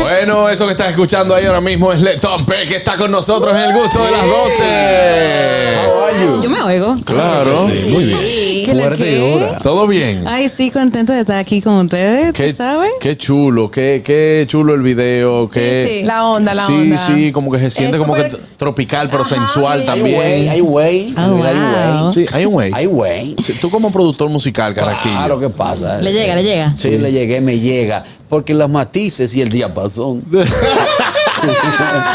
Bueno, eso que estás escuchando ahí ahora mismo es Letón P, que está con nosotros en el gusto de las 12. Yo me oigo. Claro, muy bien. ¿Qué la Fuerte que? y dura. ¿Todo bien? Ay, sí, contenta de estar aquí con ustedes, ¿tú Qué, sabes? qué chulo, qué, qué chulo el video, qué... sí. La onda, la sí, onda. Sí, como que se siente como que t- tropical, pero sensual Hay también. güey, hay güey. Ah, wow. Sí, hay un Hay way. güey. Sí, Tú como productor musical, Caraquillo. Claro que pasa. eh. Le llega, le llega. Sí, le llegué, me llega. Porque las matices y el diapasón.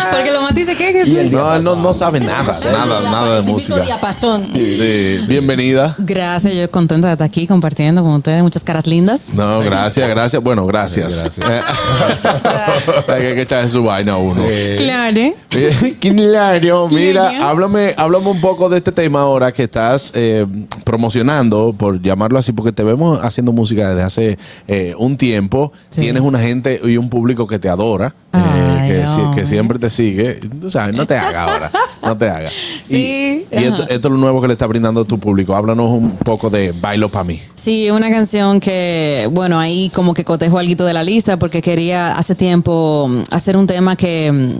Porque lo matices, ¿qué? Y el día No, él no, no sabe nada, nada, nada de Típico música. diapasón. Sí, bienvenida. Gracias, yo contenta de estar aquí compartiendo con ustedes muchas caras lindas. No, gracias, gracias. Bueno, gracias. Eh, hay que echarle su vaina a uno. Claro, ¿eh? Eh, Claro, mira, Claro. háblame, háblame un poco de este tema ahora que estás eh, promocionando, por llamarlo así, porque te vemos haciendo música desde hace eh, un tiempo. Sí. Tienes una gente y un público que te adora, eh, Ay, que, si- no. que siempre te sigue. Tú sabes, no te hagas ahora, no te hagas. Sí, Y, y esto, ajá. esto es lo nuevo que le está brindando a tu público. Háblanos un poco de Bailo para mí. Sí, una canción que, bueno, ahí como que cotejo algo de la lista porque quería hace tiempo mm, hacer un tema que, mm,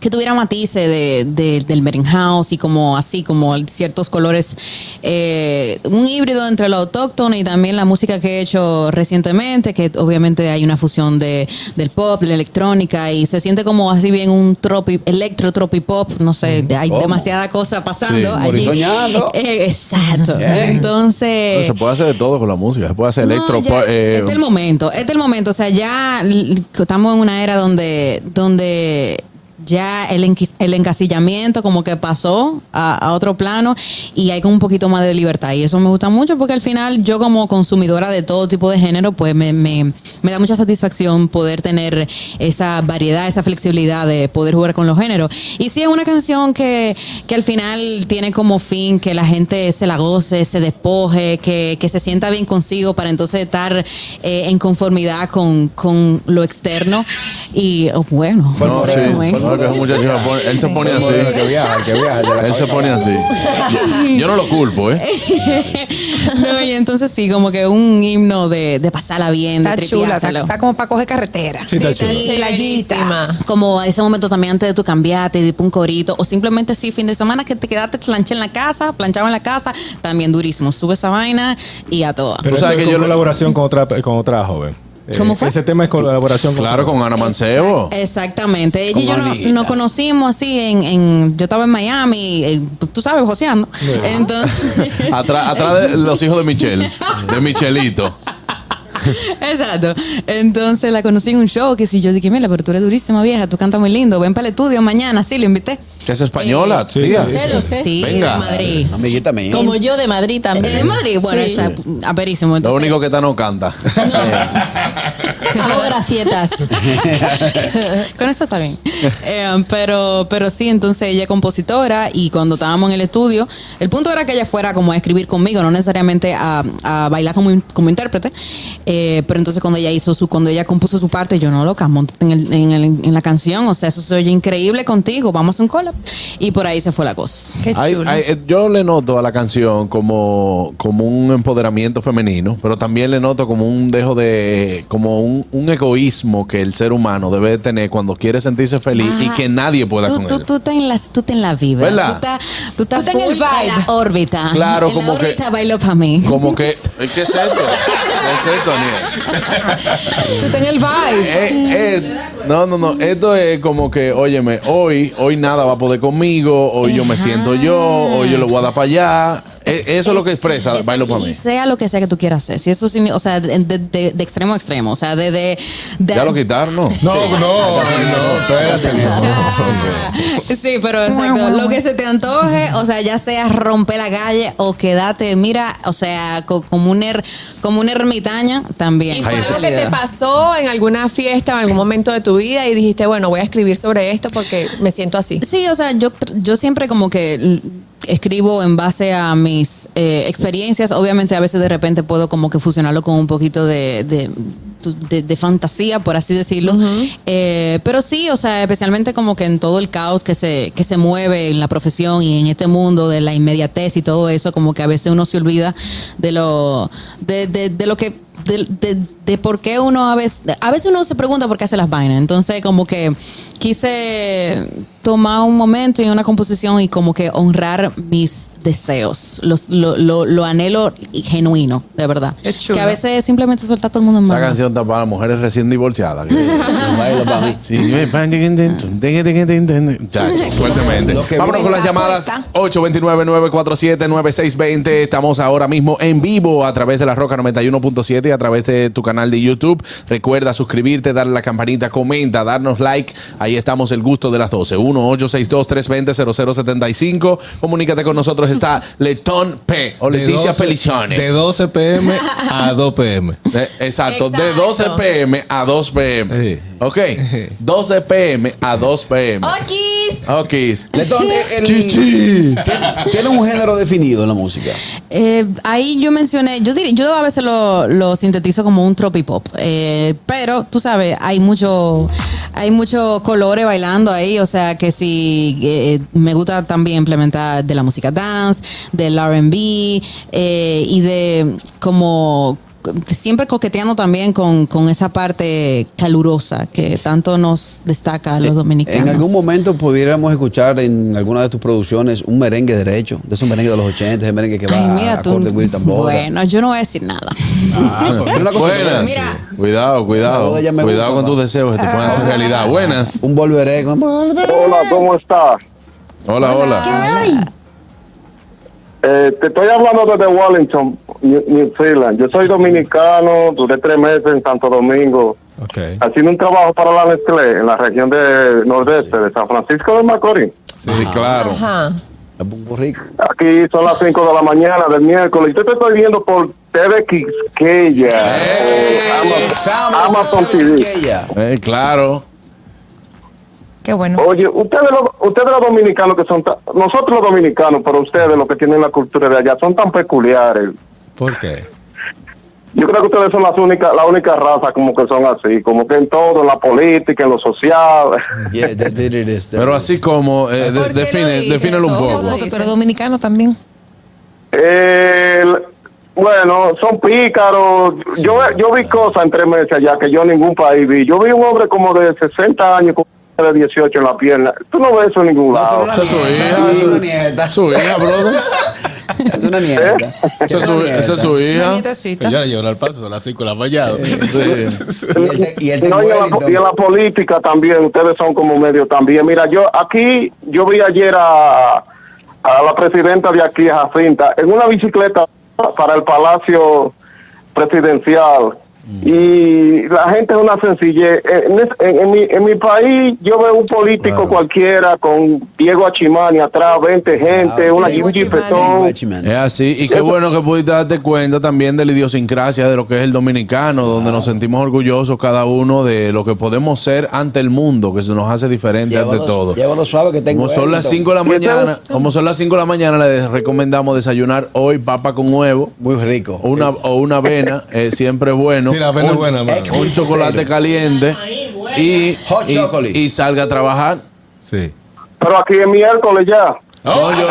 que tuviera matices de, de- del house y como así, como ciertos colores, eh, un híbrido entre lo autóctono y también la música que he hecho recientemente, que obviamente hay una fusión de, del pop, de la electrónica y se siente como así bien un tropi, electro tropi pop, no sé, hay ¿Cómo? demasiada cosa pasando Mm. Sí, allí. morisoñando. Eh, exacto. Yeah. Entonces, se puede hacer de todo con la música. Se puede hacer Eh, no, electro. ya, po- eh, este es el momento, este es el momento. O sea, ya l- estamos en una era donde, donde ya el, enquis- el encasillamiento como que pasó a, a otro plano y hay como un poquito más de libertad. Y eso me gusta mucho porque al final yo como consumidora de todo tipo de género, pues me, me- me da mucha satisfacción poder tener esa variedad, esa flexibilidad de poder jugar con los géneros. Y sí es una canción que, que al final tiene como fin que la gente se la goce, se despoje, que, que se sienta bien consigo para entonces estar eh, en conformidad con, con lo externo. Y oh, bueno, no, sí. ¿cómo es? No, que ese muchacho se pone- él se pone Bueno, así. el que viaja, el que viaja. el de la Él se cabeza. pone así. Yo, yo no lo culpo, ¿eh? No, y entonces sí, como que un himno de, de pasarla bien, Está de chula, está, tripiárselo. está como para coger carretera. Sí, está chula. Playita. Chéverísima. como a ese momento también antes de tu cambiate, de un corito, o simplemente sí, fin de semana que te quedaste plancha en la casa, planchado en la casa, también durísimo. Sube esa vaina y a toda. Tú Pero Tú sabes que yo con lo- colaboración con otra, con otra joven. Eh, ¿Cómo fue? Ese tema es colaboración con Claro, otra- con Ana Mancebo. Exact- Exactamente. Ella Con y yo no- nos Maniguita. conocimos así en, en- Yo estaba en Miami, eh, tú sabes, joseando. Entonces. Atrás, atrás de los hijos de Michelle. De Michelito. Exacto. Entonces la conocí en un show que si yo dije, mira, pero tú eres durísima vieja, tú cantas muy lindo, ven para el estudio mañana, sí, lo invité. Que es española, Sí, tía. sí, sí. Sí, Venga. de Madrid. Amiguita mía. Como yo de Madrid también. De Madrid, bueno, Sí. esa- aperísimo. Lo Entonces, único que está no canta. Eh. Hago gracietas. Con eso está bien. Eh, pero, pero sí, entonces ella es compositora y cuando estábamos en el estudio, el punto era que ella fuera como a escribir conmigo, no necesariamente a, a bailar como, in- como intérprete. Eh, pero entonces cuando ella hizo su, cuando ella compuso su parte, yo no loca, montate en, el- en el- en la canción. O sea, eso se oye increíble contigo, vamos a hacer un collab. Y por ahí se fue la cosa. Qué Hay- chulo. hay- eh, yo le noto a la canción como, como un empoderamiento femenino, pero también le noto como un dejo de, como un, un egoísmo que el ser humano debe tener cuando quiere sentirse feliz y Ah, que nadie pueda Tú, con tú, él. tú estás en la, tú estás en la vibra. ¿Verdad? Tú estás, tú estás Tú estás en el full vibe. la órbita. Claro, En como la que- órbita bailo para mí. Como que, ¿qué es esto? ¿Qué es esto, Aniel? Tú ten el vibe. Eh, es, no, no, no. Esto es como que, óyeme, hoy, hoy nada va a poder conmigo, hoy yo me siento yo, hoy yo lo voy a dar para allá. Eh, eso es lo que expresa Esa- Bailo para mí. Y sea lo que sea que tú quieras hacer. Si eso signi- o sea, de, de- de extremo a extremo. O sea, de. de, de- Ya lo quitaron, ¿no? No, no, no, espérate. Ah, Sí, pero exacto. Lo que se te antoje, o sea, ya sea romper la calle o quedarte, mira, o sea, co- como, un her- como una ermitaña Y también. fue Ahí algo está. que te pasó en alguna fiesta, en algún momento de tu vida y dijiste, bueno, voy a escribir sobre esto porque me siento así. Sí, o sea, yo, tr- yo siempre como que l- escribo en base a mis eh, experiencias. Obviamente a veces de repente puedo como que fusionarlo con un poquito de... de tu- de- de fantasía, por así decirlo. Eh, pero sí, o sea, especialmente como que en todo el caos que se, que se mueve en la profesión y en este mundo de la inmediatez y todo eso, como que a veces uno se olvida de lo, de, de- de lo que de, de- de por qué uno a veces, a veces uno se pregunta por qué hace las vainas. Entonces, como que quise tomar un momento y una composición y como que honrar mis deseos, los, lo, lo- lo anhelo genuino, de verdad. Qué chulo. Que a veces simplemente soltar todo el mundo en Esa mano. canción está para mujeres recién divorciadas. que- Baila para mí. Sí, me- Chacho, fuertemente. Lo que Vámonos con las viene. llamadas 829-947-9620. Estamos ahora mismo en vivo a través de la Roca 91.7 y a través de tu canal de YouTube. Recuerda suscribirte, darle la campanita, comenta, darnos like. Ahí estamos, el gusto de las 12. 1-862-320-0075. Comunícate con nosotros. Está Letón P o De Leticia 12 Felicione. De 12 pm a 2 pm. Eh, Exacto, de Exacto. 12 pm a 2 pm. Sí. Ok, 12 pm a 2 pm. ¡Okis! Ok. Letón, el- Chichi. tiene- tiene un género definido en la música. Eh, ahí yo mencioné, yo diría, yo a veces lo, lo sintetizo como un tropipop, eh, pero tú sabes, hay mucho, hay muchos colores bailando ahí, o sea que sí, eh, me gusta también implementar de la música dance, del R&B eh, y de como siempre coqueteando también con, con esa parte calurosa que tanto nos destaca a los dominicanos. Eh, En algún momento pudiéramos escuchar en alguna de tus producciones un merengue derecho, de esos merengues de los 80, ese merengue que va Ay, mira a tú. corte con el tambor. Bueno, yo no voy a decir nada. Ah, Es pues. una cosa que- Buenas. Mira. Cuidado, cuidado. Ahora ya me Cuidado con gusta, tus papá. deseos que te pueden hacer realidad. Buenas. Un volveré con volveré. Hola, ¿cómo estás? Hola, hola. Eh, te estoy hablando desde Wellington, New, New Zealand. Yo soy dominicano, duré tres meses en Santo Domingo, Ok. haciendo un trabajo para la Nestlé en la región de nordeste de San Francisco de Macorís. Sí, claro. Ajá. A Punto rico. Aquí son las 5 de la mañana del miércoles. Yo te estoy viendo por TV Quisqueya. ¡Ey! o Amazon, Amazon TV. Ella. Eh, claro. Qué bueno. Oye, ustedes los, ustedes los dominicanos que son, tan- nosotros los dominicanos, pero ustedes los que tienen la cultura de allá, son tan peculiares. ¿Por qué? Yo creo que ustedes son las únicas, la única raza como que son así, como que en todo, en la política, en lo social. Yeah, that- that it is, that Pero it así is. como, eh, de- ¿Por qué lo define, dices? defínelo un Somos, poco. Porque tú eres dominicano también. El- bueno, son pícaros. Yo, yo vi cosas en tres meses allá que yo en ningún país vi. Yo vi un hombre como de 60 años con de 18 en la pierna. Tú no ves eso en ningún lado. Eso eso es su hija. Es una eso- nieta. Su hija, brother. Es una nieta. Eso es su- eso es su hija. Yo le llevo al paso, a las 5 de la mañana. Sí. Y él te- y él te No, y, en la, Wellington. y en la política también, ustedes son como medio también. Mira, yo aquí, yo vi ayer a, a la presidenta de aquí, Jacinta, en una bicicleta para el Palacio Presidencial. Mm. Y la gente es una sencillez. En, es- en- en mi, en mi país yo veo un político cualquiera con Diego Achimani atrás, 20 gente, Ah, una Diego Jeep Achimani. Petón. Watchmen. Es así, y qué bueno que pudiste darte cuenta también de la idiosincrasia de lo que es el dominicano, donde nos sentimos orgullosos cada uno de lo que podemos ser ante el mundo, que se nos hace diferente Llévalo- ante todo. Llévalo suave que tengo. Como son las 5 de la mañana, como son las 5 de la mañana, les recomendamos desayunar hoy papa con huevo Muy rico. o una, o una avena, eh, siempre es bueno. Sí, la pena es Un- buena, mano. ex- Un chocolate caliente y, Hot y- chocolate. y salga a trabajar. Sí. Pero aquí es miércoles ya. No, Oh, yo-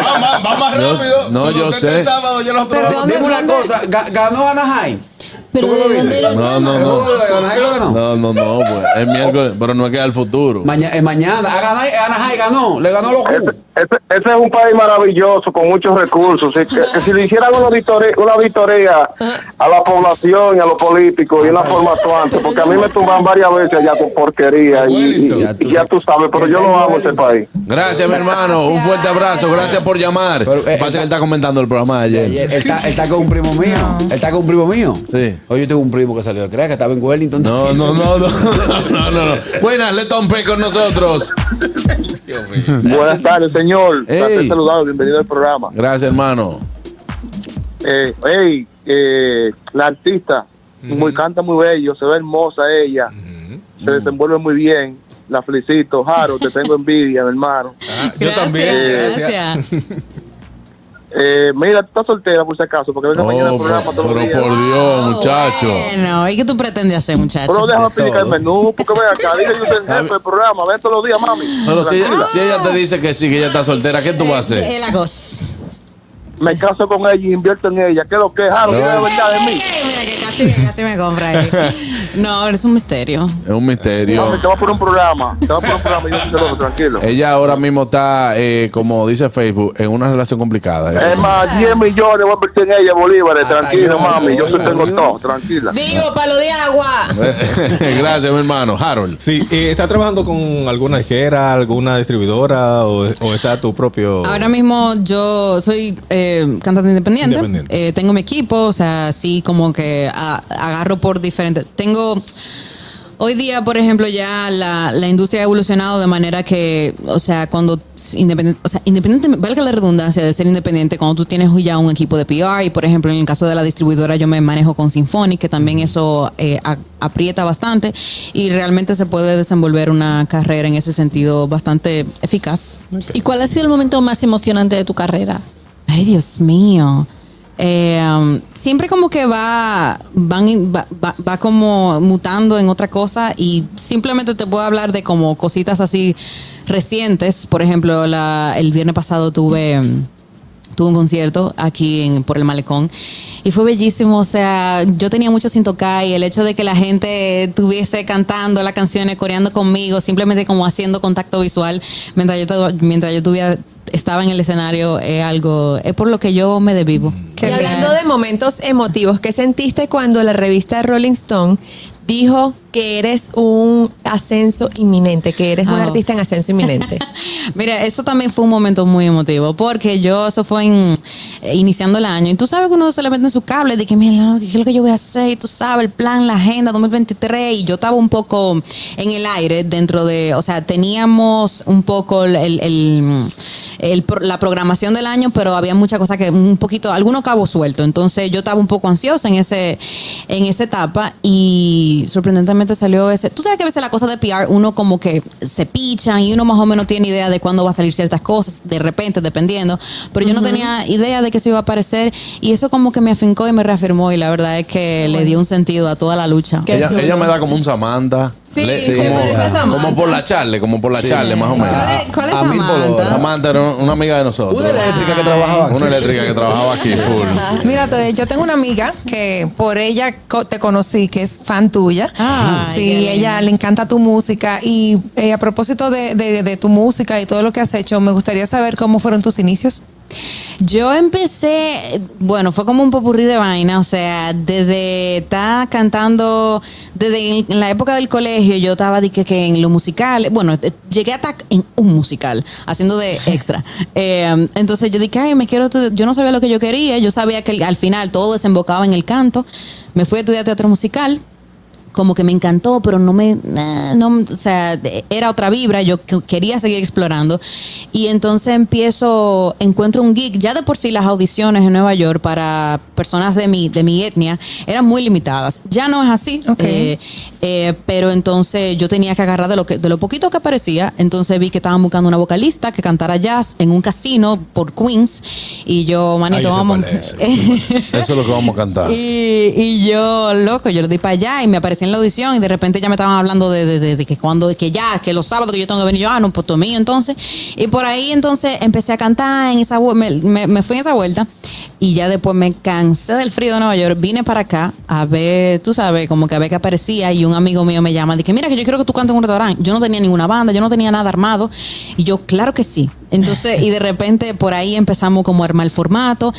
yo- no, yo sé. Pero Eh, dime una cosa, ga- ganó Anaheim. Pero ¿Tú cómo ¿de dónde viste? lo No, no, El no. juego de Anaheim lo ganó. No, no, no, pues es miércoles, pero no es que al futuro. Maña- eh, mañana, a ganar, eh, Anaheim ganó, le ganó los Ese, Cubs. ese, ese es un país maravilloso con muchos recursos. sí, que, que si le hicieran una auditoría, una auditoría a la población y a los políticos y una forma actuante, porque a mí me tumban varias veces allá con porquería y, y- Ya tú y ya tú sabes, pero yo lo amo ese país. Gracias, mi hermano. Un fuerte abrazo. Gracias por llamar. Pero, eh, Pasa eh, que él está comentando el programa de Él ayer. está, él está con un primo mío. Él está con un primo mío. Sí. Oye, yo tengo un primo que salió de Crea, que estaba en Wellington. No, no, no, no, no, no, no. Buenas, Letón P con nosotros. Buenas tardes, señor. Ey. Placer saludarlo. Bienvenido al programa. Gracias, hermano. Eh, ey, eh, la artista muy canta muy bello, se ve hermosa ella, se desenvuelve muy bien. La felicito, Jaro, te tengo envidia, mi hermano. Ah, Yo también. Gracias. Eh, mira, tú estás soltera por si acaso, porque venga mañana al Oh, programa pero todos los días. por Dios, muchacho. Ah, Bueno, ¿y qué tú pretendes hacer, muchacho? Pero déjame de explicar el todo. menú, porque ven acá, dile que usted es jefe del programa, ven todos los días, mami. Pero si ella, Tranquila. si ella te dice que sí, que ella está soltera, ¿qué tú vas a hacer? Eh, la cosa. Me caso con ella y invierto en ella. ¿Qué es lo que es, Jaro? ¿Qué es Ah, la verdad de mí? Mira qué Casi, me- casi me compra ahí. No, es un misterio. Es un misterio. Papi, te voy a poner un programa. Te voy a poner un programa. Yo te lo tranquilo. Ella ahora mismo está, eh, como dice Facebook, en una relación complicada. Es más, 10 millones voy a invertir en ella, Ah, Bolívares. Hasta Tranquilo, yo, mami. Yo te yo, tengo yo. todo. Tranquila. Digo, palo de agua. Gracias, mi hermano. Harold. Sí, eh, ¿está trabajando con alguna disquera, alguna distribuidora o, o está tu propio? Ahora mismo yo soy eh, cantante independiente. Independiente. Eh, tengo mi equipo, o sea, sí, como que a- agarro por diferentes. Tengo. Hoy día, por ejemplo, ya la, la industria ha evolucionado de manera que, o sea, cuando independiente, o sea, independiente, valga la redundancia de ser independiente, cuando tú tienes ya un equipo de PR y, por ejemplo, en el caso de la distribuidora yo me manejo con Symphonic, que también eso eh, a- aprieta bastante y realmente se puede desenvolver una carrera en ese sentido bastante eficaz. ¿Y cuál ha sido el momento más emocionante de tu carrera? Ay, Dios mío. Eh, um, siempre como que va, van- va, va- va como mutando en otra cosa y simplemente te puedo hablar de como cositas así recientes. Por ejemplo, la- el viernes pasado tuve... um, tuve un concierto aquí en, por el malecón y fue bellísimo, o sea, yo tenía mucho sin tocar y el hecho de que la gente estuviese cantando las canciones, coreando conmigo, simplemente como haciendo contacto visual mientras yo, to- mientras yo tuviera, estaba en el escenario es algo, es por lo que yo me devivo. Y hablando de momentos emotivos, ¿qué sentiste cuando la revista Rolling Stone dijo que eres un ascenso inminente, que eres un Ah. artista en ascenso inminente? Mira, eso también fue un momento muy emotivo porque yo, eso fue en- eh, iniciando el año y tú sabes que uno se le mete en su cable de que, mira, no, ¿qué es lo que yo voy a hacer? Y tú sabes, el plan, la agenda 2023 y yo estaba un poco en el aire dentro de, o sea, teníamos un poco el, el- el- el pro- la programación del año, pero había muchas cosas que un poquito, algunos cabos sueltos, entonces yo estaba un poco ansiosa en, ese, en esa etapa y sorprendentemente salió ese, tú sabes que a veces la cosa de PR uno como que se pichan y uno más o menos tiene idea de cuándo va a salir ciertas cosas, de repente, dependiendo. Pero yo no tenía idea de que eso iba a aparecer y eso como que me afincó y me reafirmó y la verdad es que le dio un sentido a toda la lucha. Qué Ella, chulo. ella me da como un Samantha. Sí, Le- se parece a como, Samantha. como por la charle, como por la charle, más o menos. ¿Cuál es, cuál es A mil por Samantha? hora. Samantha era una amiga de nosotros. Una eléctrica que trabajaba. aquí. Una eléctrica que trabajaba aquí, full. Mira, te- yo tengo una amiga que por ella co- te conocí, que es fan tuya. Ay, qué sí, lindo. ella le encanta tu música. Y eh, a propósito de, de- de tu música y todo lo que has hecho, me gustaría saber cómo fueron tus inicios. Yo empecé, eh, bueno, fue como un popurrí de vaina, o sea, desde estaba cantando, desde en, en la época del colegio yo estaba de que, que en lo musical, bueno, eh, llegué a estar en un musical, haciendo de extra. Eh, entonces yo dije, ay, me quiero, estu- yo no sabía lo que yo quería, yo sabía que al final todo desembocaba en el canto, me fui a estudiar teatro musical como que me encantó, pero no me, nah, no, o sea, de- era otra vibra, yo que- quería seguir explorando. Y entonces empiezo, encuentro un gig, ya de por sí las audiciones en Nueva York para personas de mi, de mi etnia eran muy limitadas. Ya no es así, Ok. eh, eh, pero entonces yo tenía que agarrar de lo, que, de lo poquito que aparecía, entonces vi que estaban buscando una vocalista que cantara jazz en un casino por Queens, y yo, manito, yo sé vamos... cuál es, yo sé cuál Eso es lo que vamos a cantar. Y, y yo, loco, yo le di para allá y me aparecí en la audición y de repente ya me estaban hablando de, de- de- de que cuando, que ya, que los sábados que yo tengo que venir, yo, ah, no, pues tú mío entonces. Y por ahí entonces empecé a cantar en esa vu- me, me- me fui en esa vuelta y ya después me cansé del frío de Nueva York, vine para acá a ver, tú sabes, como que a ver que aparecía y un amigo mío me llama, dije, mira que yo quiero que tú cantes en un restaurante. Yo no tenía ninguna banda, yo no tenía nada armado y yo, claro que sí. Entonces, y de repente por ahí empezamos como a armar el formato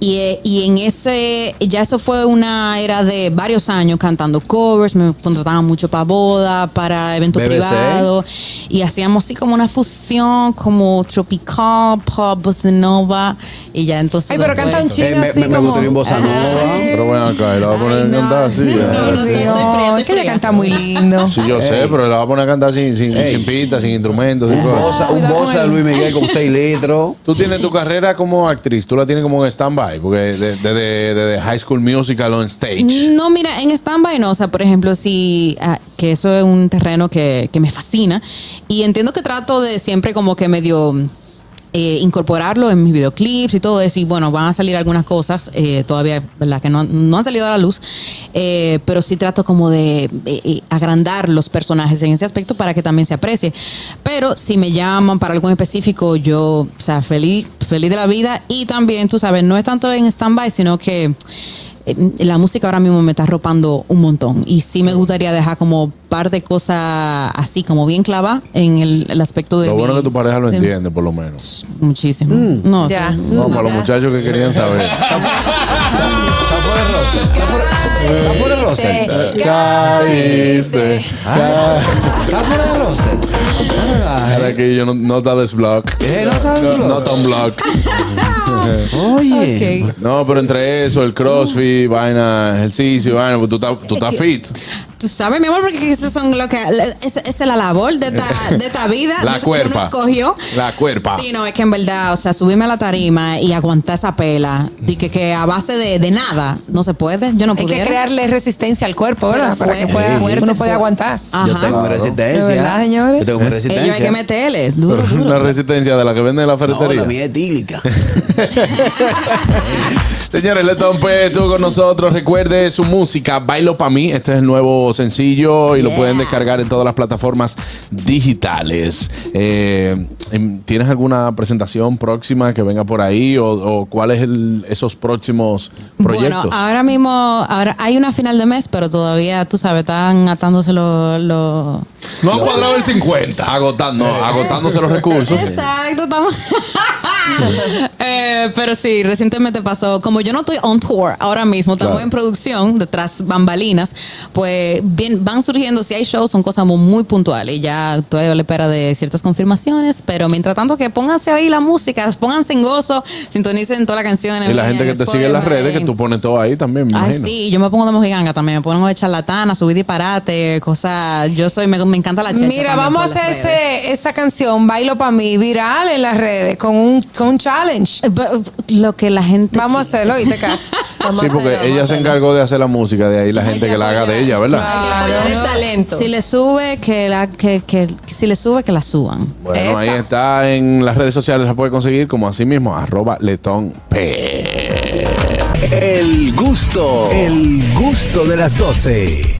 y, eh, y en ese, ya eso fue una era de varios años cantando covers, me contrataban mucho para boda, para eventos BBC. privados. Y hacíamos así como una fusión, como tropical, pop, bossa nova. Y ya entonces. Ay, pero después- canta un Eh, chingo me, así me- me como... gustaría un bossa Ajá. nova. Sí. Pero bueno, acá, y la va a poner eh, Ay, a no. cantar así. eh. No, Por Estoy Dios, fría, estoy es que ella fría. canta muy lindo. Sí, yo sé, Ey. pero la va a poner a cantar sin, sin, Ey. sin pistas, sin instrumentos, sin Un cosas. bossa, un Cuidado con bossa de él. Luis Miguel con 6 litros. Tú tienes tu carrera como actriz, tú la tienes como en stand-by, porque desde de, de- de- de High School Musical on stage. No, mira, en stand-by no. O sea, por ejemplo, si. ah, que eso es un terreno que, que me fascina. Y entiendo que trato de siempre como que medio. eh, incorporarlo en mis videoclips y todo eso y bueno van a salir algunas cosas eh, todavía verdad que no, han- no han salido a la luz eh, pero sí trato como de eh, eh, agrandar los personajes en ese aspecto para que también se aprecie pero si me llaman para algo en específico yo o sea feliz feliz de la vida y también tú sabes no es tanto en stand by sino que eh, la música ahora mismo me está arropando un montón. Y sí me gustaría dejar como par de cosas así, como bien clava en el, el aspecto de. Lo bueno mi- que tu pareja lo de- entiende, por lo menos. Muchísimo. No, Ya. sí. No, para los muchachos que querían saber. Está fuera de roster. Está fuera, está fuera de roster. Caíste. Está fuera de roster. No relajes. Ahora que yo no, no está desblock. Eh, no está desblock. No está unblock. Oye. No, pero entre eso, el crossfit, vaina, ejercicio, vaina, pues tú estás tú estás fit. Tú sabes, mi amor, porque esas son lo que. Esa esa es la labor de esta, de esta vida. La de- ah, que cuerpa. uno escogió. La cuerpa. Sí, no, es que en verdad, o sea, subirme a la tarima y aguantar esa pela, di que, que a base de, de nada no se puede. Yo no Hay pudiera. que crearle resistencia al cuerpo, ¿verdad? Pero Para fue- que pueda, fuerte, uno fuerte. pueda aguantar. Ajá. Yo tengo mi resistencia. ¿De verdad, Yo señores? tengo mi Ellos hay resistencia. que meterle. Pero Duro, duro. una resistencia de la que venden en la No, ferretería. la mía es tílica. Señores, Letón P estuvo con nosotros. Recuerde su música, Bailo Pa' mí. Este es el nuevo sencillo y lo Yeah. pueden descargar en todas las plataformas digitales. Eh, em, ¿Tienes alguna presentación próxima que venga por ahí o, o cuáles el- esos próximos proyectos? Bueno, ah, ahora mismo ahora hay una final de mes, pero todavía, tú sabes, están atándose los... los- no han cuadrado el Eh. 50. Agotando, agotándose los recursos. Exacto, estamos... Eh, pero sí, recientemente pasó, como yo no estoy on tour ahora mismo, estamos Claro. en producción, detrás bambalinas, pues bien, van surgiendo, si hay shows, son cosas muy, muy puntuales y ya todavía a la espera de ciertas confirmaciones, pero mientras tanto que pónganse ahí la música, pónganse en gozo, sintonicen todas las canciones. Y la gente en que te sigue en las Spotify, redes, que tú pones todo ahí también, me Ay, imagino. sí, yo me pongo de mojiganga también, me pongo de charlatana, subir disparate, cosas. Yo soy, me, me encanta la checha. Mira, también vamos por a las hacer redes. ese- esa canción, Bailo para mí, viral en las redes, con un, con un challenge. Eh, bu- Lo que la gente. Vamos a hacerlo, ¿viste, Cas? Vamos Sí, a porque hacerlo, ella vamos a se hacerlo. encargó de hacer la música, de ahí la gente que que la haga de apoyar. ella, ¿verdad? Hay que apoyar el talento. Si le sube, que la, que, que, si le sube, que la suban. Bueno, Esa. ahí está en las redes sociales, la puede conseguir como así mismo, arroba letón P. El gusto, el gusto de las 12.